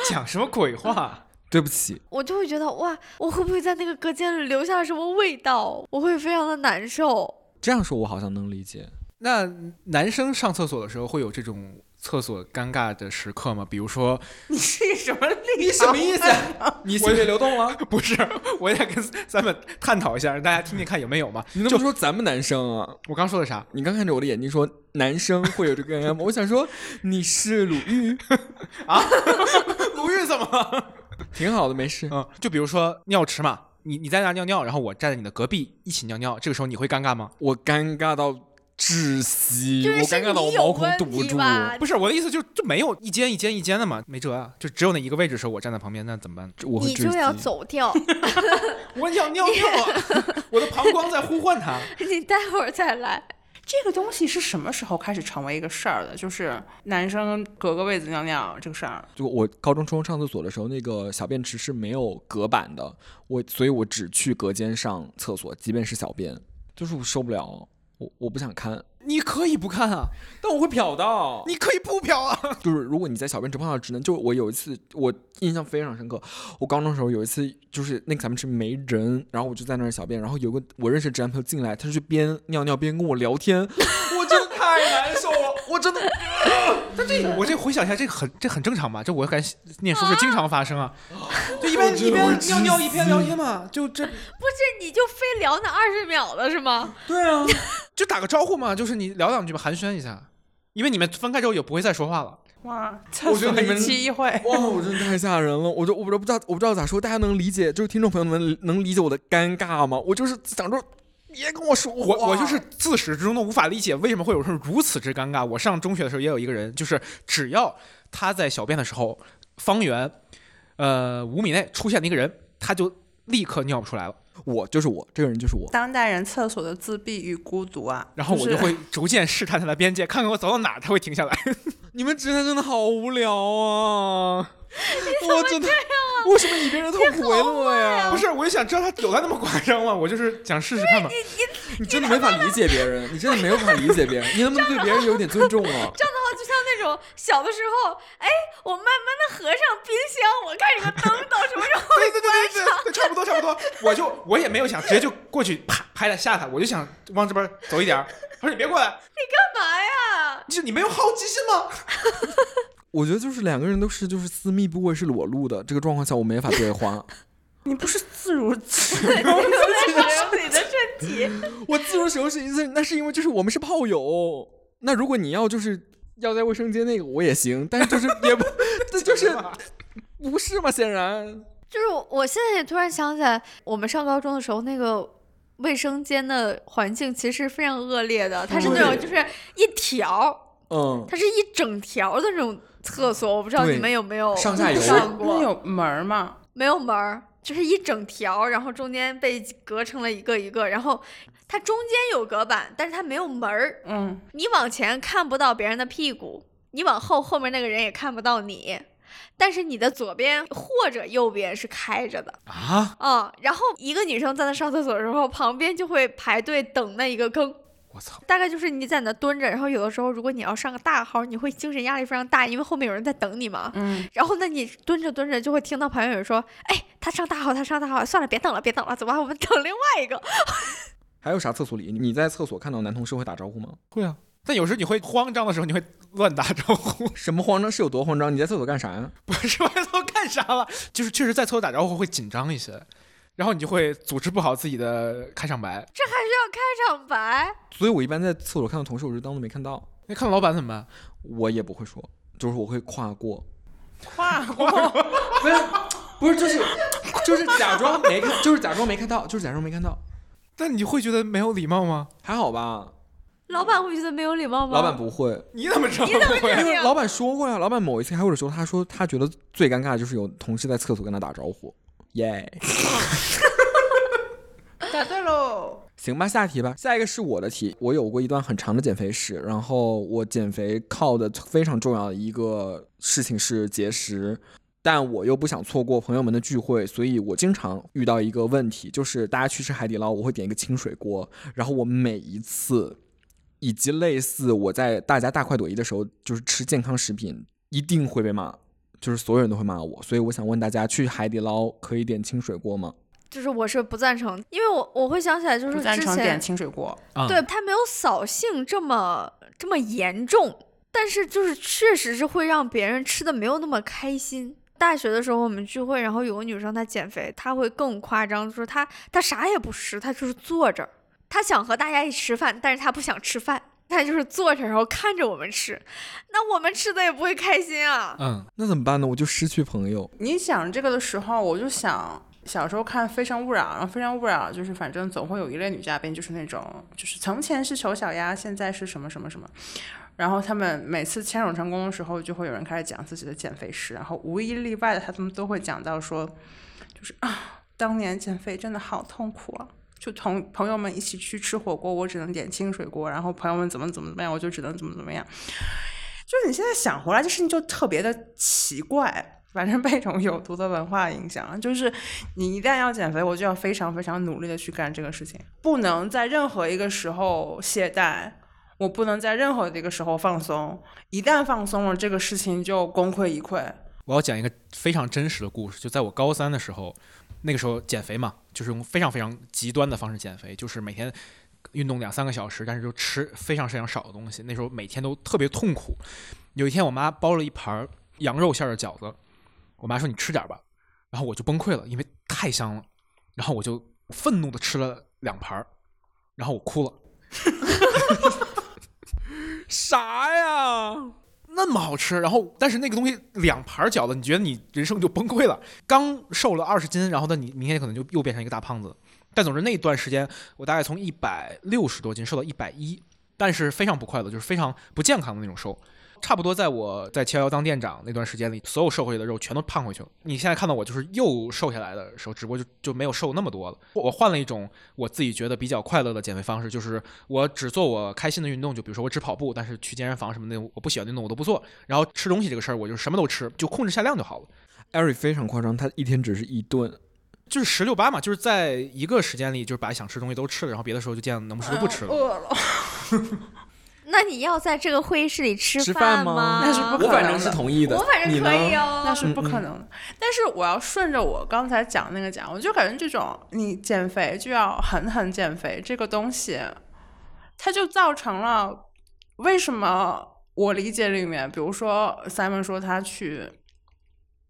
讲什么鬼话？
对不起，
我就会觉得哇，我会不会在那个隔间里留下了什么味道？我会非常的难受。
这样说我好像能理解。
那男生上厕所的时候会有这种厕所尴尬的时刻吗？比如说，
你是什么立
你什么
<laughs>
意思啊？你
我
心血流动了？
<laughs> 不是，我也跟三本探讨一下，让大家听听看有没 <laughs> 有嘛。
你那么说咱们男生啊？
我刚说的啥？
你刚看着我的眼睛说男生会有这个
<laughs>
M，我想说你是鲁豫，
鲁豫怎么了？
挺好的，没事。
<laughs> 嗯，就比如说尿池嘛，你你在那尿尿，然后我站在你的隔壁一起尿尿，这个时候你会尴尬吗？
我尴尬到窒息，
就
我
是
尴
是
尬到我
你有
毛孔
问
堵
题
住。
吧？
不是我的意思就，就没有一间一间一间的嘛，没辙啊，就只有那一个位置的时候，我站在旁边，那怎么办？
这我会
你就
窒
要
息
走 <laughs> 掉，
<laughs> 我想尿尿啊， <laughs> 我的膀胱在呼唤他。
你待会儿再来。
这个东西是什么时候开始成为一个事儿的？就是男生隔个位子尿尿这个事儿，
就我高中初中上厕所的时候，那个小便池是没有隔板的，我所以我只去隔间上厕所，即便是小便，就是我受不了，我我不想看，
<laughs> 你可以不看啊，
但我会瞟到。
你可以不瞟啊。
就是如果你在小便池碰到直男，就是我有一次我印象非常深刻，我高中的时候有一次就是那个小便池没人，然后我就在那儿小便，然后有个我认识的直男朋友进来，他就边尿尿边跟我聊天，我真的太难受
<laughs>
了，我真的
我这回想一下，这个很这很正常吧？这我感觉念书是经常发生啊，
哦
就一边一边尿尿一边聊天嘛，就这
不是，你就非聊那二十秒了是吗？
对啊，就打个招呼嘛，就是你聊两句吧，寒暄一下，因为你们分开之后也不会再说话了。
哇，厕
觉
所
得你们
一期一会，
哇，我真的太吓人了！我就我不知道不知道我不知道咋说，大家能理解，就是听众朋友们能理解我的尴尬吗？我就是想着别跟我说话，
我我就是自始至终都无法理解为什么会有人如此之尴尬。我上中学的时候也有一个人，就是只要他在小便的时候，方圆呃五米内出现了一个人，他就立刻尿不出来了。
我就是我，这个人就是我。
当代人厕所的自闭与孤独啊。
然后我
是
就会逐渐试探他的边界，看看我走到哪儿他会停下来。
你们直男真的好无聊啊！我真的，为什么以别人的痛苦为乐呀？
不是，我就想知道他有他那么夸张吗？我就是想试试看嘛。
你真的没法理解别人，你真的没有办法理解别人，你能不能对别人有点尊重啊？
站的话就像那种小的时候，哎，我慢慢的合上冰箱，我看这个灯到什么时候
对对对对对对，差不多差不多。我就我也没有想直接就过去啪拍他吓他，我就想往这边走一点儿。他说你别过来，
干嘛呀？ <laughs>
就是你没有好奇心吗？
<laughs> 我觉得就是两个人都是就是私密部位是裸露的，这个状况下我没法对话，
你不是自如自
就在使用哎自己的身体，
我自由使用是一次，那是因为就是我们是炮友。那如果你要就是要在卫生间那个我也行，但是就是也 <laughs> 不，这就是不是嘛？显然，
<laughs> 就是我我现在也突然想起来，我们上高中的时候那个。卫生间的环境其实是非常恶劣的，它是那种
对
就是一条，
嗯，
它是一整条的那种厕所，我不知道
对
你们有没有
上下游
<laughs>
上
那
过，
有门儿吗？
没有门儿，就是一整条，然后中间被隔成了一个一个，然后它中间有隔板，但是它没有门儿，
嗯，
你往前看不到别人的屁股，你往后后面那个人也看不到你，但是你的左边或者右边是开着的
啊，
啊、然后一个女生在那上厕所的时候，旁边就会排队等那一个坑。
我操！
大概就是你在那蹲着，然后有的时候如果你要上个大号，你会精神压力非常大，因为后面有人在等你嘛。
嗯，
然后呢，你蹲着蹲着就会听到旁边有人说：“哎，他上大号，他上大号，算了，别等了，别等了，走吧，我们等另外一个。
还有啥厕所里？你在厕所看到男同事会打招呼吗？
<laughs> 会啊，但有时候你会慌张的时候，你会乱打招呼， <laughs>
什么慌张是有多慌张？你在厕所干啥呀？
不是我都干啥了？就是确实在厕所打招呼会紧张一些，然后你就会组织不好自己的开场白。”
这还需要开场白？
所以我一般在厕所看到同事，我就当做没看到，
那看到老板怎么办？
我也不会说，就是我会跨过，
跨过
不是，不是，就是就是假装没看，就是假装没看到，就是假装没看到，
但你会觉得没有礼貌吗？
还好吧？
老板会觉得没有礼貌吗？
老板不会，
你怎么知道
你怎么
不会？
知
因
道
为
啊
老板说过呀，老板某一次开会的时候，他说他觉得最尴尬的就是有同事在厕所跟他打招呼，耶、
答对喽。
行吧，下题吧。下一个是我的题，我有过一段很长的减肥史，然后我减肥靠的非常重要的一个事情是节食，但我又不想错过朋友们的聚会，所以我经常遇到一个问题，就是大家去吃海底捞，我会点一个清水锅，然后我每一次，以及类似我在大家大快朵颐的时候，就是吃健康食品一定会被骂，就是所有人都会骂我。所以我想问大家，去海底捞可以点清水锅吗？
<laughs> 就是我是不赞成，因为我我会想起来，就是
不赞
之
成点
前
清水锅，
<laughs> 啊，
对他没有扫兴这么这么严重，但是就是确实是会让别人吃的没有那么开心。大学的时候我们聚会，然后有个女生她减肥，她会更夸张，就是她她啥也不吃，她就是坐着，她想和大家一起吃饭，但是她不想吃饭，她就是坐着然后看着我们吃，那我们吃的也不会开心啊。
嗯，
那怎么办呢？我就失去朋友。
你想这个的时候，我就想小时候看《非诚勿扰》，然后《非诚勿扰》就是反正总会有一类女嘉宾，就是那种就是从前是丑小鸭，现在是什么什么什么。然后他们每次牵手成功的时候，就会有人开始讲自己的减肥史，然后无一例外的，他们都会讲到说，就是啊，当年减肥真的好痛苦啊！就同朋友们一起去吃火锅，我只能点清水锅，然后朋友们怎么怎么怎么样，我就只能怎么怎么样。就是你现在想回来，这事情就特别的奇怪。反正被一种有毒的文化影响，就是你一旦要减肥，我就要非常非常努力的去干这个事情，不能在任何一个时候懈怠，我不能在任何的一个时候放松。一旦放松了，这个事情就功亏一篑。
我要讲一个非常真实的故事，就在我高三的时候，那个时候减肥嘛，就是用非常非常极端的方式减肥，就是每天运动两三个小时，但是就吃非常非常少的东西。那时候每天都特别痛苦。有一天，我妈包了一盘儿羊肉馅儿的饺子，我妈说你吃点儿吧，然后我就崩溃了，因为太香了，然后我就愤怒的吃了两盘儿，然后我哭了。 <laughs>
啥呀？
那么好吃，然后但是那个东西两盘饺子，你觉得你人生就崩溃了。刚瘦了二十斤，然后呢，你明天可能就又变成一个大胖子。但总之那段时间，我大概从一百六十多斤瘦到一百一，但是非常不快乐，就是非常不健康的那种瘦。差不多在我在七幺幺当店长那段时间里，所有瘦回去的肉全都胖回去了。你现在看到我就是又瘦下来的时候，只不过就就没有瘦那么多了。我换了一种我自己觉得比较快乐的减肥方式，就是我只做我开心的运动，就比如说我只跑步，但是去健身房什么的，我不喜欢的运动我都不做。然后吃东西这个事儿，我就什么都吃，就控制下量就好了。
艾瑞非常夸张，他一天只是一顿。
就是十六八嘛，就是在一个时间里，就是把想吃的东西都吃了，然后别的时候就见能不吃就不吃
哦
了。
嗯饿了，
那你要在这个会议室里吃
吃
饭
饭吗
那是不可
我反
能
正是
的
同意的，
我反
你
正
呢
可以哦，
那是不可能的。但是我要顺着我刚才讲那个讲，我就感觉这种你减肥就要狠狠减肥这个东西，它就造成了为什么我理解里面，比如说 Simon 说他去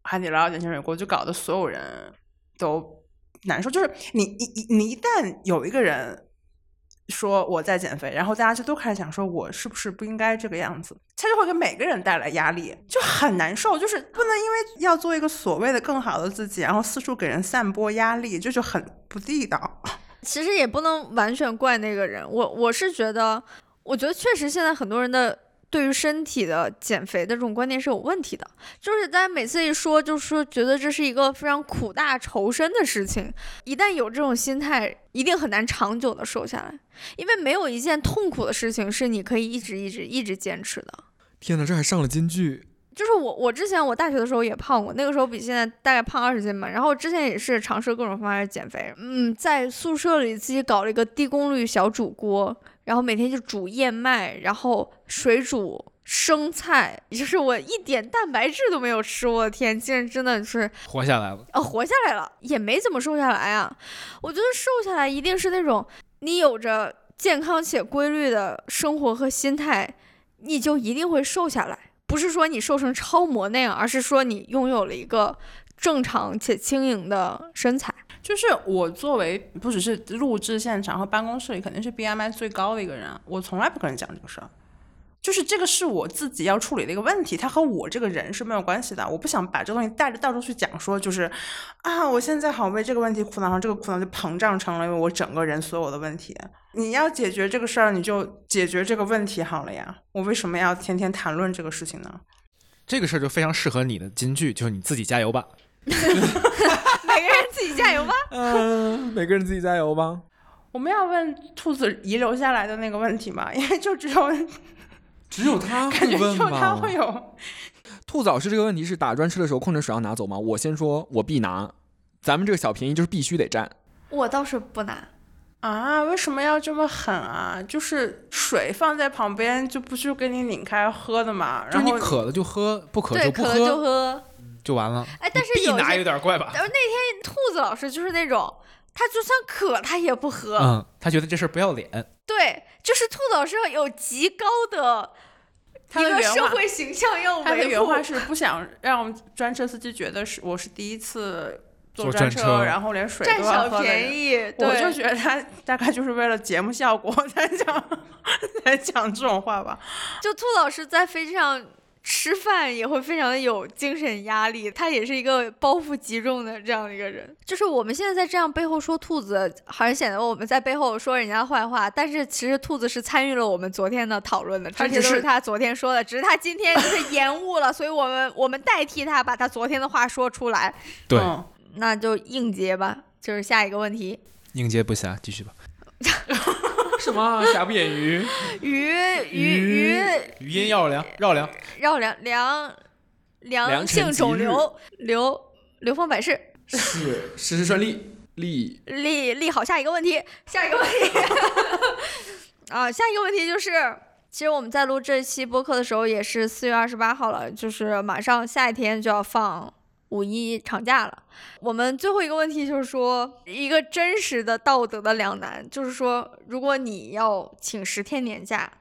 海底捞点清水锅，就搞得所有人都难受。就是你你你你一旦有一个人说我在减肥，然后大家就都开始想说我是不是不应该这个样子，他就会给每个人带来压力，就很难受。就是不能因为要做一个所谓的更好的自己，然后四处给人散播压力，这就很不地道。
其实也不能完全怪那个人，我我是觉得，我觉得确实现在很多人的对于身体的减肥的这种观念是有问题的，就是大家每次一说，就是说觉得这是一个非常苦大仇深的事情，一旦有这种心态，一定很难长久的瘦下来，因为没有一件痛苦的事情是你可以一直一直一直坚持的。
天哪，这还上了金句。
就是我，我之前我大学的时候也胖过，那个时候比现在大概胖二十斤吧。然后我之前也是尝试各种方法减肥，嗯，在宿舍里自己搞了一个低功率小煮锅，然后每天就煮燕麦，然后水煮生菜，就是我一点蛋白质都没有吃，我的天，竟然真的是
<laughs> 活下来了，
呃活下来了，也没怎么瘦下来啊。我觉得瘦下来一定是那种你有着健康且规律的生活和心态，你就一定会瘦下来。不是说你瘦成超模那样，而是说你拥有了一个正常且轻盈的身材。 <laughs>
就是我作为不只是录制现场和办公室里肯定是 BMI 最高的一个人啊，我从来不跟人讲这个事儿。就是这个是我自己要处理的一个问题，它和我这个人是没有关系的。我不想把这个东西带着到处去讲，说就是啊，我现在好为这个问题苦恼，然后这个苦恼就膨胀成了我整个人所有的问题。你要解决这个事儿，你就解决这个问题好了呀。我为什么要天天谈论这个事情呢？
这个事儿就非常适合你的金句，就是你自己加油吧。
每个人自己加油吧。
嗯、每个人自己加油吧。
我们要问兔子遗留下来的那个问题吗？因 <laughs> 为就只有
只有他
感
<laughs> 会
觉只
问
有他
吧？
会有。
兔子老师这个问题是打专车的时候矿泉水要拿走吗？ <laughs> 我先说，我必拿。咱们这个小便宜就是必须得占。
我倒是不拿，
啊，为什么要这么狠啊？就是水放在旁边，就不是给你拧开喝的嘛？
就是
然
你
后
渴了就喝，不渴
对，
不
渴了就
喝
喝。
就完了。
哎，但是
必
有
拿有
些
点怪吧？
兔子老师就是那种，他就算渴他也不喝。
嗯，他觉得这事儿不要脸，
对，就是兔子老师有极高的
他
一
的
个
原
社
话，
会形象要维护。
他的原话是不想让专车司机觉得是我是第一次坐
坐
专
专车
然后连水
占
都要
小
喝的
便
人。
宜，
我
对，
就觉得他大概就是为了节目效果才讲 <laughs> 才讲这种话吧。
就兔老师在飞机上吃饭也会非常的有精神压力，他也是一个包袱极重的这样的一个人。就是我们现在在这样背后说兔子，好像显得我们在背后说人家坏话，但是其实兔子是参与了我们昨天的讨论的，
他
这些
只
都
是
是他昨天说的，只是他今天就是延误了，所以我们我们代替他把他昨天的话说出来，
对
嗯
那就应接吧。就是下一个问题，
应接不暇，继续
<laughs>
吧。什
<laughs>
么瑕不掩瑜，
鱼鱼鱼
余音绕梁，绕梁。
绕梁梁
良
良
辰
性
吉
肿
日
瘤流流芳百世。
是事事顺利，利
立立好下一个问题，下一个问题 <laughs> 啊，下一个问题就是，其实我们在录这期播客的时候也是四月二十八号了，就是马上下一天就要放五一长假了。我们最后一个问题就是说，一个真实的道德的两难，就是说，如果你要请十天年假，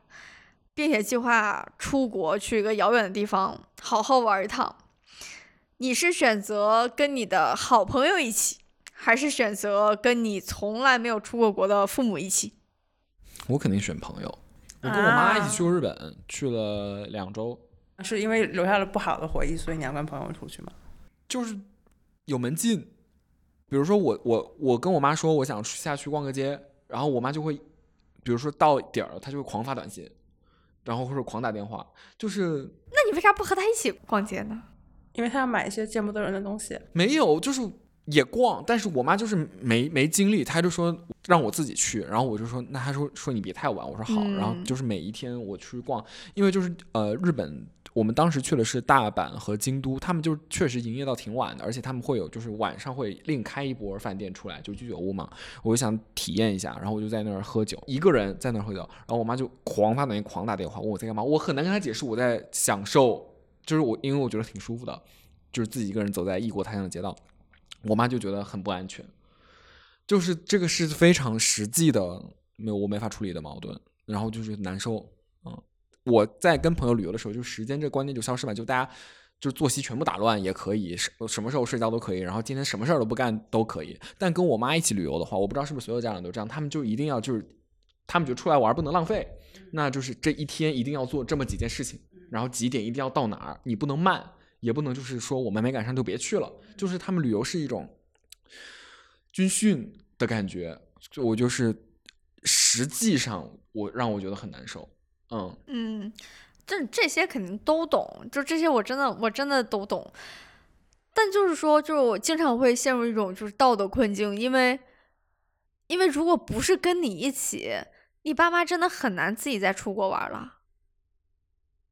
并且计划出国去一个遥远的地方好好玩一趟，你是选择跟你的好朋友一起，还是选择跟你从来没有出过国的父母一起？
我肯定选朋友。
我跟我妈
啊
一起去
过日本，去了两周，
啊是因为留下了不好的回忆，所以你要跟朋友出去吗？
就是有门禁。比如说我我我跟我妈说我想下去逛个街，然后我妈就会，比如说到点儿了，她就会狂发短信，然后或者狂打电话，就是
那你为啥不和他一起逛街呢？
因为他要买一些见不得人的东西。
没有，就是也逛，但是我妈就是没没精力，她就说让我自己去，然后我就说那她说说你别太晚，我说好，然后
嗯
就是每一天我去逛，因为就是呃日本。我们当时去的是大阪和京都，他们就是确实营业到挺晚的，而且他们会有就是晚上会另开一波饭店出来，就居酒屋嘛。我就想体验一下，然后我就在那儿喝酒，一个人在那儿喝酒，然后我妈就狂发短信、狂打电话问我在干嘛，我很难跟她解释我在享受，就是我因为我觉得挺舒服的，就是自己一个人走在异国他乡的街道，我妈就觉得很不安全，就是这个是非常实际的，没有我没法处理的矛盾，然后就是难受，嗯，我在跟朋友旅游的时候，就时间这个观念就消失吧，就大家。就作息全部打乱也可以，什什么时候睡觉都可以，然后今天什么事儿都不干都可以。但跟我妈一起旅游的话，我不知道是不是所有家长都这样，他们就一定要就是，他们就出来玩儿不能浪费，那就是这一天一定要做这么几件事情，然后几点一定要到哪儿，你不能慢，也不能就是说我们没赶上就别去了，就是他们旅游是一种军训的感觉，就我就是实际上我让我觉得很难受，嗯，
嗯，这这些肯定都懂，就这些我真的我真的都懂。但就是说，就是我经常会陷入一种就是道德困境，因为因为如果不是跟你一起，你爸妈真的很难自己再出国玩了。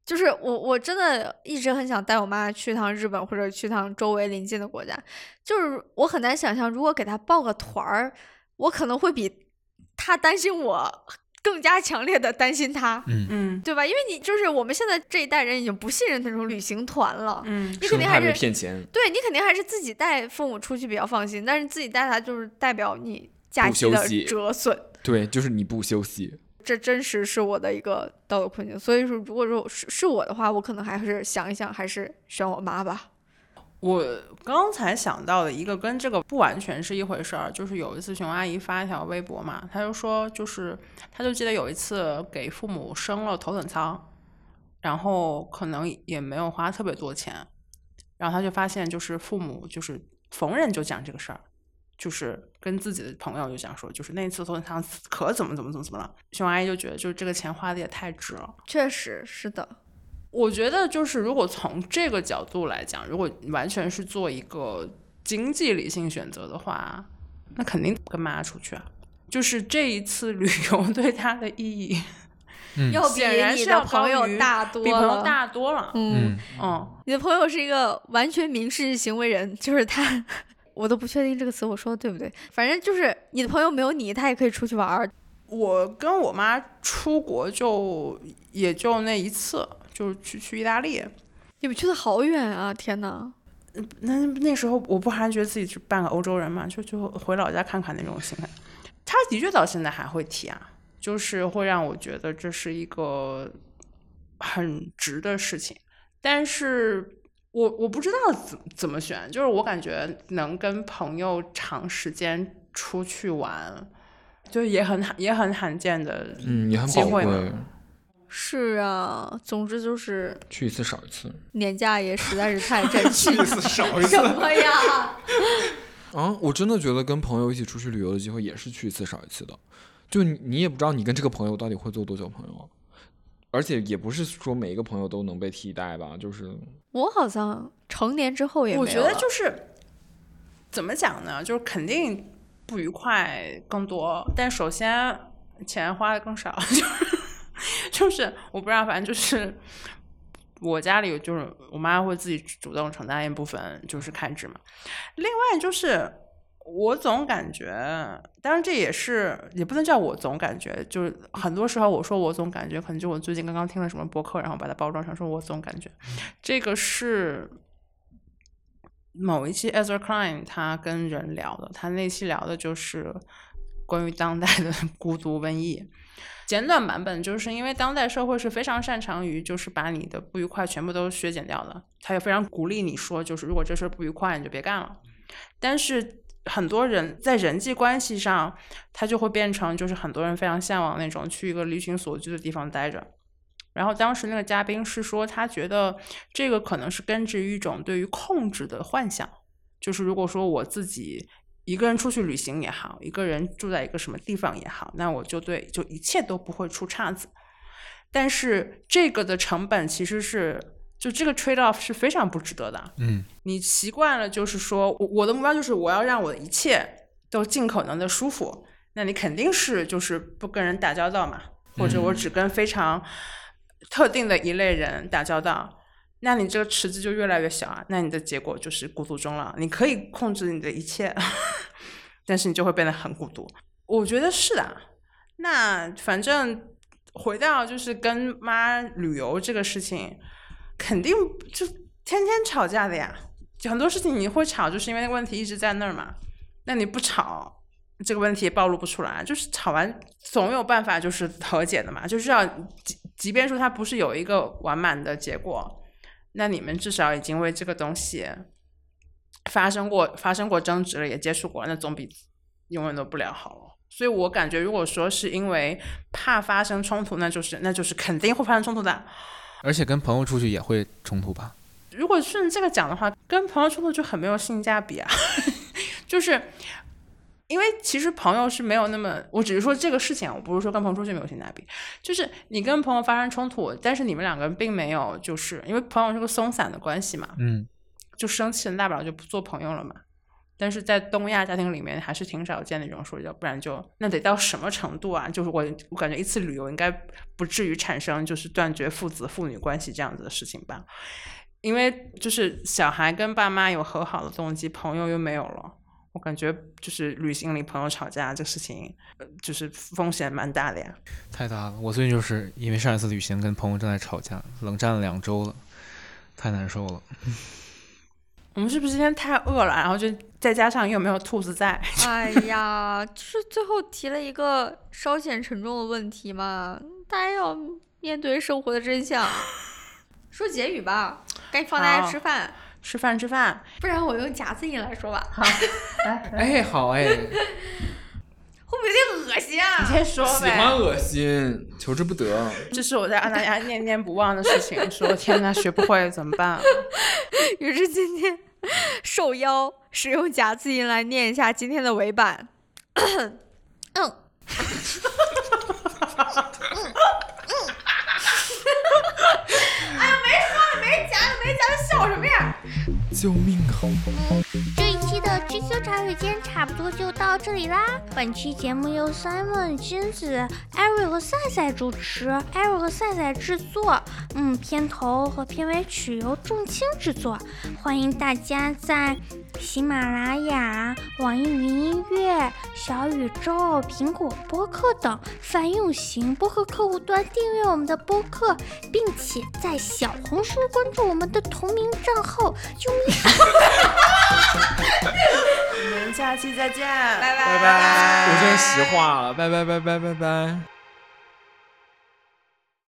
就是我，我真的一直很想带我妈去趟日本或者去趟周围邻近的国家。就是我很难想象，如果给她报个团儿，我可能会比她担心我更加强烈的担心她。
嗯
对吧？因为你就是我们现在这一代人已经不信任那种旅行团了，
嗯，
你肯
生
定
怕
还
被
是
骗钱，
对你肯定还是自己带父母出去比较放心，但是自己带他就是代表你假
不
期
休
的
息
折损，
对，就是你不休息，
这真实是我的一个道德困境。所以说，如果说是是我的话，我可能还是想一想，还是选我妈吧。
我刚才想到的一个跟这个不完全是一回事儿，就是有一次熊阿姨发一条微博嘛，她就说，就是她就记得有一次给父母升了头等舱，然后可能也没有花特别多钱，然后她就发现就是父母就是逢人就讲这个事儿。就是跟自己的朋友就讲说，就是那一次头等舱可怎么怎么怎么怎么了，熊阿姨就觉得就是这个钱花的也太值了，
确实是的，
我觉得就是，如果从这个角度来讲，如果完全是做一个经济理性选择的话，那肯定跟妈出去啊。就是这一次 <laughs> 旅游对他的意义
嗯
要比
显然
你
是
的
要
朋
高
友
于
大多
比朋友
了。
大多了。
嗯，
嗯，
<laughs>
嗯，
你的朋友是一个完全民事行为人，就是他 <laughs> 我都不确定这个词我说的对不对，反正就是你的朋友没有你，他也可以出去玩儿。
我跟我妈出国就也就那一次，就是去去意大利。
你们去的好远啊！天哪，
那那时候我不还觉得自己是半个欧洲人嘛，就就回老家看看那种心态。他的确到现在还会提啊，就是会让我觉得这是一个很值的事情。但是我我不知道怎怎么选，就是我感觉能跟朋友长时间出去玩，就是也很也很罕见的。
嗯，也很
机
宝
会
贵，
嘛
是啊，总之就是
去一次少一次。
年假也实在是太占去 <laughs>
一次少
<laughs>
一次
什么呀？
啊，我真的觉得跟朋友一起出去旅游的机会也是去一次少一次的，就你你也不知道你跟这个朋友到底会做多久朋友啊，而且也不是说每一个朋友都能被替代吧，就是
我好像成年之后也没有
我觉得
<laughs> 了
就是怎么讲呢，就是肯定不愉快更多，但首先钱花的更少， <laughs> 就是就是我不知道，反正就是我家里就是我妈会自己主动承担一部分就是开支嘛。另外就是我总感觉，当然这也是也不能叫我总感觉，就是很多时候我说我总感觉，可能就我最近刚刚听了什么博客，然后把它包装成说我总感觉，这个是某一期 Ezra Klein 他跟人聊的，他那期聊的就是关于当代的 <laughs> 孤独瘟疫。简短版本就是因为当代社会是非常擅长于就是把你的不愉快全部都削减掉的，他也非常鼓励你说就是如果这事儿不愉快你就别干了。但是很多人在人际关系上，他就会变成就是很多人非常向往那种去一个离群索居的地方待着。然后当时那个嘉宾是说，他觉得这个可能是根植于一种对于控制的幻想，就是如果说我自己一个人出去旅行也好，一个人住在一个什么地方也好，那我就对就一切都不会出岔子。但是这个的成本其实是就这个 trade off 是非常不值得的。啊
嗯，
你习惯了，就是说我我的目标就是我要让我的一切都尽可能的舒服，那你肯定是就是不跟人打交道嘛，或者我只跟非常特定的一类人打交道，那你这个池子就越来越小啊，那你的结果就是孤独终老。你可以控制你的一切， <laughs> 但是你就会变得很孤独。我觉得是的啊，那反正回到就是跟妈旅游这个事情，肯定就天天吵架的呀。就很多事情你会吵，就是因为那个问题一直在那儿嘛。那你不吵，这个问题也暴露不出来。就是吵完总有办法，就是和解的嘛。就是要即即便说它不是有一个完满的结果，那你们至少已经为这个东西发生过发生过争执了，也接触过了，那总比永远都不聊好了。哦所以我感觉，如果说是因为怕发生冲突，那就是那就是肯定会发生冲突的。
而且跟朋友出去也会冲突吧？
如果顺着这个讲的话，跟朋友冲突就很没有性价比啊， <laughs> 就是因为其实朋友是没有那么，我只是说这个事情啊，我不是说跟朋友出去没有性价比，就是你跟朋友发生冲突，但是你们两个人并没有，就是因为朋友是个松散的关系嘛，
嗯，
就生气了，大不了就不做朋友了嘛。但是在东亚家庭里面，还是挺少见那种说要不然就那得到什么程度啊？就是我我感觉一次旅游应该不至于产生就是断绝父子父女关系这样子的事情吧，因为就是小孩跟爸妈有和好的动机，朋友又没有了。我感觉就是旅行里朋友吵架这事情，呃就是风险蛮大的呀。
太大了。我最近就是因为上一次旅行跟朋友正在吵架，冷战了两周了，太难受了。
我们是不是今天太饿了？然后就再加上又没有兔子在，
哎呀，就是最后提了一个稍显沉重的问题嘛，大家要面对生活的真相。说结语吧，赶紧放大家
好
吃饭，
吃饭吃饭。
不然我用夹子音来说吧，
哎好哎，
会不会有点恶心啊？
你先说呗。
喜欢恶心，求之不得。
这是我在澳大利亚念念不忘的事情。说天呐，学不会怎么办？
<laughs>
啊
于是今天受邀使用夹子音来念一下今天的尾版。嗯，哎呀，没说了，没夹了，没夹了，笑什么呀？
救命啊！
这一期的的 GQ 茶水间差不多就到这里啦。本期节目由 Simon、金子、Eric 和赛赛主持，Eric 和赛赛制作。嗯，片头和片尾曲由众卿制作。欢迎大家在喜马拉雅、网易云音乐、小宇宙、苹果播客等泛用型播客客户端订阅我们的播客，并且在小红书关注我们的同名账号。啾咪。
我们下期再见，
拜
拜
拜
我真是石化了，拜拜拜拜拜拜。